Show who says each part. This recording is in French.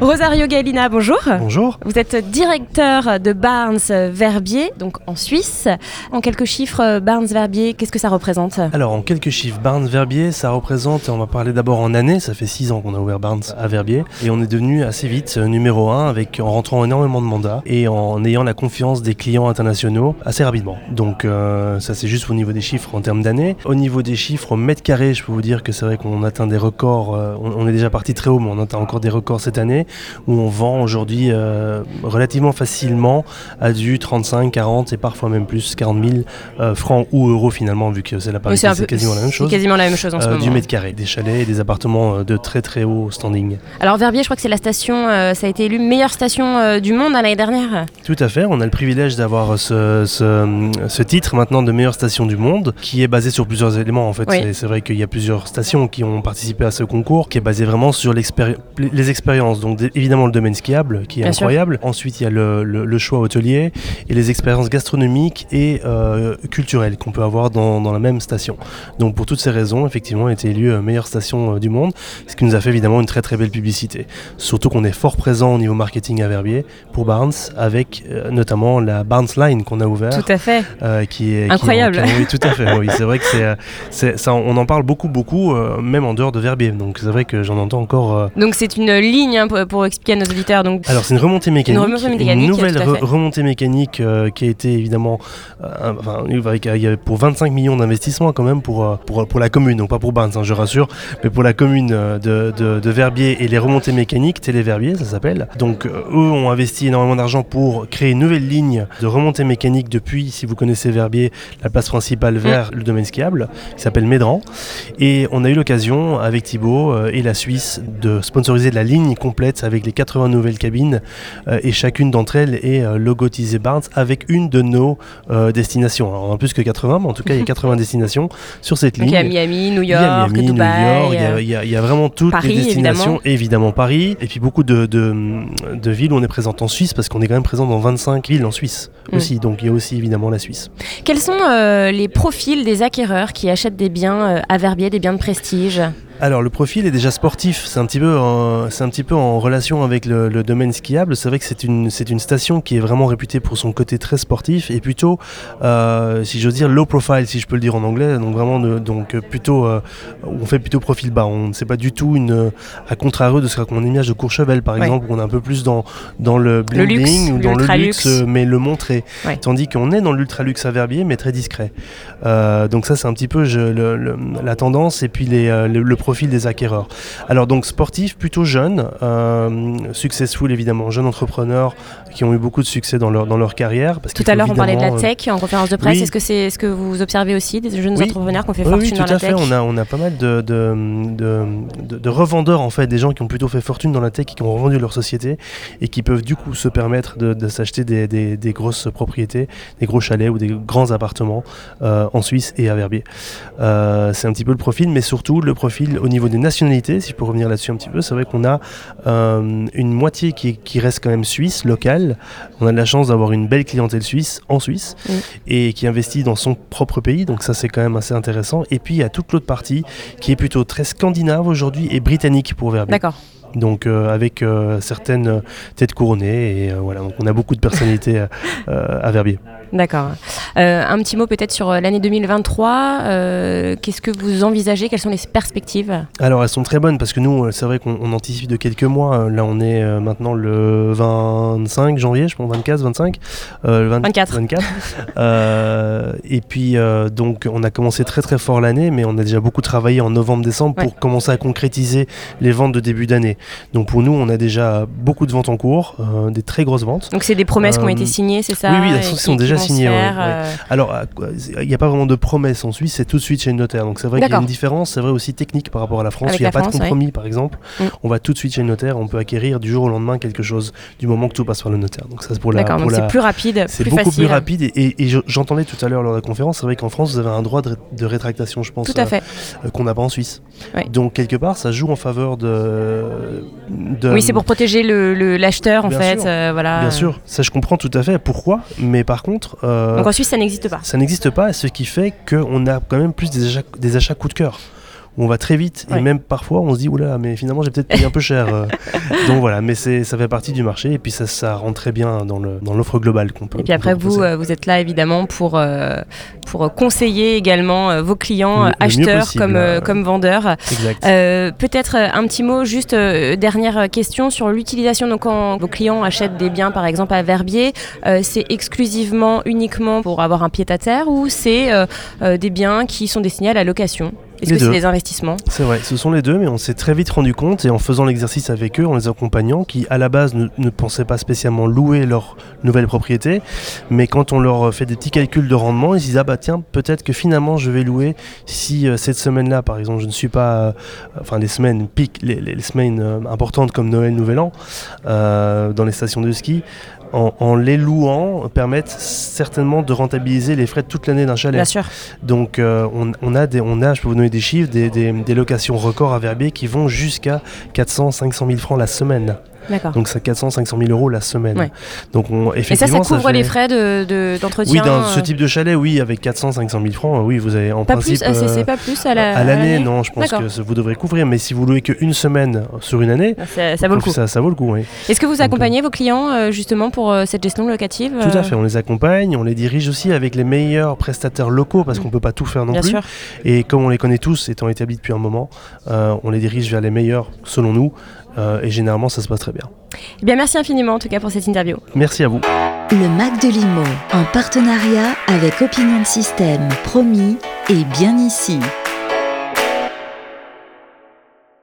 Speaker 1: Rosario Galina, bonjour.
Speaker 2: Bonjour.
Speaker 1: Vous êtes directeur de Barnes Verbier, donc en Suisse. En quelques chiffres, euh, Barnes Verbier, qu'est-ce que ça représente
Speaker 2: Alors, en quelques chiffres, Barnes Verbier, ça représente, on va parler d'abord en années, ça fait 6 ans qu'on a ouvert Barnes à Verbier, et on est devenu assez vite euh, numéro 1 avec, en rentrant énormément de mandats et en ayant la confiance des clients internationaux assez rapidement. Donc, euh, ça c'est juste au niveau des chiffres en termes d'années. Au niveau des chiffres au mètre carré, je peux vous dire que c'est vrai qu'on atteint des records, euh, on, on est déjà parti très haut, mais on atteint encore des records cette année, où on vend aujourd'hui euh, relativement facilement à du 35, 40 et parfois même plus 40 000 euh, francs ou euros finalement, vu que c'est la parité,
Speaker 1: Oui, un
Speaker 2: c'est
Speaker 1: peu-
Speaker 2: quasiment la même
Speaker 1: c'est
Speaker 2: chose.
Speaker 1: quasiment la même chose en ce
Speaker 2: Euh,
Speaker 1: moment.
Speaker 2: du mètre carré, des chalets et des appartements euh, de très très haut standing.
Speaker 1: Alors Verbier, je crois que c'est la station, euh, ça a été élue meilleure station euh, du monde hein, l'année dernière.
Speaker 2: Tout à fait, on a le privilège d'avoir ce, ce- ce titre maintenant de meilleure station du monde, qui est basé sur plusieurs éléments en fait.
Speaker 1: Oui.
Speaker 2: C'est- C'est vrai qu'il y a plusieurs stations qui ont participé à ce concours, qui est basé vraiment sur l'expéri- les expériences. Donc d- évidemment le domaine skiable, qui est
Speaker 1: Bien sûr.
Speaker 2: incroyable. Ensuite il y a le, le- le choix hôtelier et les expériences gastronomiques et euh, culturelles qu'on peut avoir dans, dans la même station. Donc pour toutes ces raisons, effectivement, on a été élu euh, meilleure station euh, du monde, ce qui nous a fait évidemment une très très belle publicité. Surtout qu'on est fort présent au niveau marketing à Verbier pour Barnes, avec euh, notamment la Barnes Line qu'on a ouverte.
Speaker 1: Tout à fait.
Speaker 2: euh, qui est qui est-
Speaker 1: Incroyable.
Speaker 2: qui est- oui, tout à fait. Oui, c'est vrai que c'est, euh, c'est- ça, on en parle beaucoup, beaucoup, euh, même en dehors de Verbier. Donc c'est vrai que j'en entends encore. euh.
Speaker 1: Donc c'est une ligne hein, pour, pour expliquer à nos auditeurs. Donc
Speaker 2: Alors c'est une remontée mécanique,
Speaker 1: remontée mécanique,
Speaker 2: nouvelle
Speaker 1: tout à
Speaker 2: re-
Speaker 1: fait.
Speaker 2: remontée mécanique euh, qui a été évidemment, euh, enfin, avec- il y avait pour 25 millions d'investissements quand même pour, euh, pour pour la commune, donc pas pour Barnes, hein, je rassure, mais pour la commune euh, de, de, de Verbier et les remontées mécaniques, Téléverbier ça s'appelle. Donc euh, eux ont investi énormément d'argent pour créer une nouvelle ligne de remontées mécaniques depuis, si vous connaissez Verbier, la place principale vers
Speaker 1: Mm.
Speaker 2: le domaine skiable, qui s'appelle Médran. Et on a eu l'occasion avec Thibaut euh, et la Suisse de sponsoriser la ligne complète avec les 80 nouvelles cabines euh, et chacune d'entre elles est euh, logotisée Barnes avec une de nos euh, destinations. Alors, on en a plus que 80, mais en tout cas il y a 80 destinations sur cette
Speaker 1: donc,
Speaker 2: ligne.
Speaker 1: il y a Miami, New York,
Speaker 2: Il y a Miami,
Speaker 1: Dubaï.
Speaker 2: New York, il y a-
Speaker 1: euh,
Speaker 2: il y, a- il y a vraiment toutes
Speaker 1: Paris,
Speaker 2: les destinations, évidemment. Paris, et puis beaucoup de, de, de villes où on est présent en Suisse, parce qu'on est quand même présent dans 25 villes en Suisse
Speaker 1: Mm.
Speaker 2: aussi, donc il y a aussi évidemment la Suisse.
Speaker 1: Quels sont euh, les profils des acquéreurs qui achètent des biens euh, à Verbier, des biens de prestige
Speaker 2: Alors le profil est déjà sportif, c'est un petit peu en, c'est un petit peu en relation avec le, le domaine skiable. C'est vrai que c'est une c'est une station qui est vraiment réputée pour son côté très sportif et plutôt euh, si j'ose dire low profile si je peux le dire en anglais. Donc vraiment de- donc euh, plutôt euh, on fait plutôt profil bas. On ne sait pas du tout une euh, à contrario de ce qu'on image de Courchevel par
Speaker 1: Ouais.
Speaker 2: exemple où on est un peu plus dans dans le
Speaker 1: Le luxe,
Speaker 2: blending ou dans le
Speaker 1: l'ultra-luxe.
Speaker 2: luxe euh, mais le montrer.
Speaker 1: Ouais.
Speaker 2: Tandis qu'on est dans l'ultra luxe à Verbier mais très discret. Euh, donc ça, c'est un petit peu je- le- le- la tendance et puis les, euh, le, le profil des acquéreurs. Alors donc sportif, plutôt jeune, euh, successful évidemment, jeunes entrepreneurs qui ont eu beaucoup de succès dans leur, dans leur carrière. Parce
Speaker 1: Tout
Speaker 2: qu'il
Speaker 1: à
Speaker 2: faut
Speaker 1: l'heure, on parlait de la
Speaker 2: évidemment, euh,
Speaker 1: tech en conférence de presse.
Speaker 2: oui.
Speaker 1: Est-ce que c'est ce que vous observez aussi des jeunes
Speaker 2: Oui.
Speaker 1: entrepreneurs qui ont fait
Speaker 2: Oui,
Speaker 1: fortune
Speaker 2: euh, oui, tout
Speaker 1: dans la
Speaker 2: à fait.
Speaker 1: tech
Speaker 2: On a, on a pas mal de, de, de- de- de revendeurs, en fait, des gens qui ont plutôt fait fortune dans la tech, et qui ont revendu leur société et qui peuvent du coup se permettre de, de s'acheter des, des- des grosses propriétés, des gros chalets ou des grands appartements euh, en Suisse et à Verbier. Euh, c'est un petit peu le profil, mais surtout le profil au niveau des nationalités, si je peux revenir là-dessus un petit peu. C'est vrai qu'on a euh, une moitié qui, qui reste quand même suisse, locale. On a de la chance d'avoir une belle clientèle suisse en Suisse et qui investit dans son propre pays. Donc ça, c'est quand même assez intéressant. Et puis, il y a toute l'autre partie qui est plutôt très scandinave aujourd'hui et britannique pour Verbier.
Speaker 1: D'accord.
Speaker 2: Donc euh, avec euh, certaines euh, têtes couronnées. Et euh, voilà, donc on a beaucoup de personnalités euh, euh, à Verbier.
Speaker 1: D'accord. Euh, un petit mot peut-être sur euh, l'année 2023. euh, Qu'est-ce que vous envisagez Quelles sont les perspectives
Speaker 2: Alors elles sont très bonnes parce que nous, euh, c'est vrai qu'on on anticipe de quelques mois. Euh, Là, on est euh, maintenant le 25 janvier, je pense, 24, 25. euh, le 20
Speaker 1: 24.
Speaker 2: 24. Euh, et puis, euh, donc, on a commencé très très fort l'année, mais on a déjà beaucoup travaillé en novembre-décembre pour commencer à concrétiser les ventes de début d'année. Donc pour nous, on a déjà beaucoup de ventes en cours, euh, des très grosses ventes.
Speaker 1: Donc c'est des promesses qui ont
Speaker 2: Euh,
Speaker 1: été signées, c'est ça
Speaker 2: oui, oui, elles
Speaker 1: et
Speaker 2: sont-
Speaker 1: qui-
Speaker 2: sont
Speaker 1: qui
Speaker 2: déjà
Speaker 1: vont se
Speaker 2: signées, ouais,
Speaker 1: faire,
Speaker 2: ouais.
Speaker 1: euh,
Speaker 2: Alors, à quoi- il n'y a pas vraiment de promesse en Suisse, c'est tout de suite chez le notaire. Donc c'est vrai qu'il y a
Speaker 1: D'accord.
Speaker 2: une différence, c'est vrai aussi technique par rapport à la France.
Speaker 1: Avec
Speaker 2: il n'y a
Speaker 1: la
Speaker 2: pas
Speaker 1: France,
Speaker 2: de
Speaker 1: ouais.
Speaker 2: compromis, par exemple.
Speaker 1: Mm.
Speaker 2: On va tout de suite chez le notaire, on peut acquérir du jour au lendemain quelque chose du moment que tout passe par le notaire. Donc ça, c'est pour la.
Speaker 1: D'accord.
Speaker 2: pour
Speaker 1: Donc c'est
Speaker 2: la-
Speaker 1: plus rapide,
Speaker 2: c'est
Speaker 1: plus
Speaker 2: beaucoup
Speaker 1: facile.
Speaker 2: plus rapide et, et- et je- j'entendais tout à l'heure lors de la conférence, c'est vrai qu'en France vous avez un droit de, ré- de rétractation, je pense,
Speaker 1: Tout à fait.
Speaker 2: euh, euh, qu'on n'a pas en Suisse.
Speaker 1: Ouais.
Speaker 2: Donc quelque part ça joue en faveur de, de-
Speaker 1: Oui, c'est pour protéger le- le- l'acheteur, en
Speaker 2: Euh, Bien
Speaker 1: fait.
Speaker 2: sûr.
Speaker 1: euh, voilà.
Speaker 2: Bien sûr, ça je comprends tout à fait pourquoi, mais par contre, euh,
Speaker 1: Donc en Suisse, ça n'existe pas.
Speaker 2: ça n'existe pas, ce qui fait qu'on a quand même plus des achats, des achats coup de cœur. Où on va très vite
Speaker 1: Ouais.
Speaker 2: et même parfois on se dit oula mais finalement j'ai peut-être payé un peu cher euh. donc voilà mais c'est ça fait partie du marché et puis ça ça rentre très bien dans le dans l'offre globale qu'on peut
Speaker 1: Et puis après,
Speaker 2: qu'on peut
Speaker 1: vous,
Speaker 2: proposer.
Speaker 1: euh, vous êtes là évidemment pour, euh, pour conseiller également euh, vos clients, euh,
Speaker 2: Le- le mieux
Speaker 1: acheteurs
Speaker 2: possible,
Speaker 1: comme, euh,
Speaker 2: euh,
Speaker 1: comme vendeurs.
Speaker 2: exact
Speaker 1: Euh, Peut-être euh, un petit mot, juste euh, dernière question sur l'utilisation. Donc, quand vos clients achètent des biens, par exemple à Verbier, euh, c'est exclusivement, uniquement pour avoir un pied-à-terre ou c'est euh, euh, des biens qui sont destinés à la location Est-ce
Speaker 2: Les
Speaker 1: que c'est
Speaker 2: deux.
Speaker 1: des investissements
Speaker 2: C'est vrai, ce sont les deux, mais on s'est très vite rendu compte, et en faisant l'exercice avec eux, en les accompagnant, qui à la base ne, ne pensaient pas spécialement louer leur nouvelle propriété, mais quand on leur fait des petits calculs de rendement, ils se disent ah bah tiens, peut-être que finalement je vais louer si euh, cette semaine-là, par exemple, je ne suis pas, euh, enfin les semaines pic, les, les- les semaines euh, importantes comme Noël, Nouvel An, euh, dans les stations de ski. En, en les louant, permettent certainement de rentabiliser les frais de toute l'année d'un chalet.
Speaker 1: Bien sûr.
Speaker 2: Donc euh, on, on a des, on a, je peux vous donner des chiffres, des, des- des locations records à Verbier qui vont jusqu'à 400-500 000 francs la semaine.
Speaker 1: D'accord.
Speaker 2: Donc c'est 400-500 000 euros la semaine.
Speaker 1: Ouais.
Speaker 2: Donc on,
Speaker 1: Et ça,
Speaker 2: effectivement,
Speaker 1: ça couvre
Speaker 2: fait-
Speaker 1: les frais d'entretien de,
Speaker 2: Oui,
Speaker 1: d'entretien,
Speaker 2: dans
Speaker 1: euh,
Speaker 2: ce type de chalet, oui, avec 400-500 000 francs, euh, oui, vous avez en
Speaker 1: Pas
Speaker 2: principe.
Speaker 1: plus, ah, c'est
Speaker 2: euh,
Speaker 1: c'est pas plus à la-
Speaker 2: à
Speaker 1: à
Speaker 2: l'année, non, je pense
Speaker 1: D'accord.
Speaker 2: que ce- vous devrez couvrir. Mais si vous louez qu'une semaine sur une année,
Speaker 1: Ça, ça vaut le coup.
Speaker 2: Ça, ça vaut le coup, oui.
Speaker 1: Est-ce que vous
Speaker 2: Donc,
Speaker 1: accompagnez vos clients euh, justement pour euh, cette gestion locative
Speaker 2: Tout
Speaker 1: euh,
Speaker 2: à fait, on les accompagne, on les dirige aussi avec les meilleurs prestataires locaux parce qu'on peut pas tout faire non
Speaker 1: Bien
Speaker 2: Mm. plus.
Speaker 1: sûr.
Speaker 2: Et comme on les connaît tous, étant établis depuis un moment, euh, on les dirige vers les meilleurs, selon nous, euh, et généralement ça se passe très bien.
Speaker 1: Eh bien, merci infiniment en tout cas pour cette interview.
Speaker 2: Merci à vous.
Speaker 3: Le Mac de Limo, en partenariat avec Opinion System, promis et bien ici.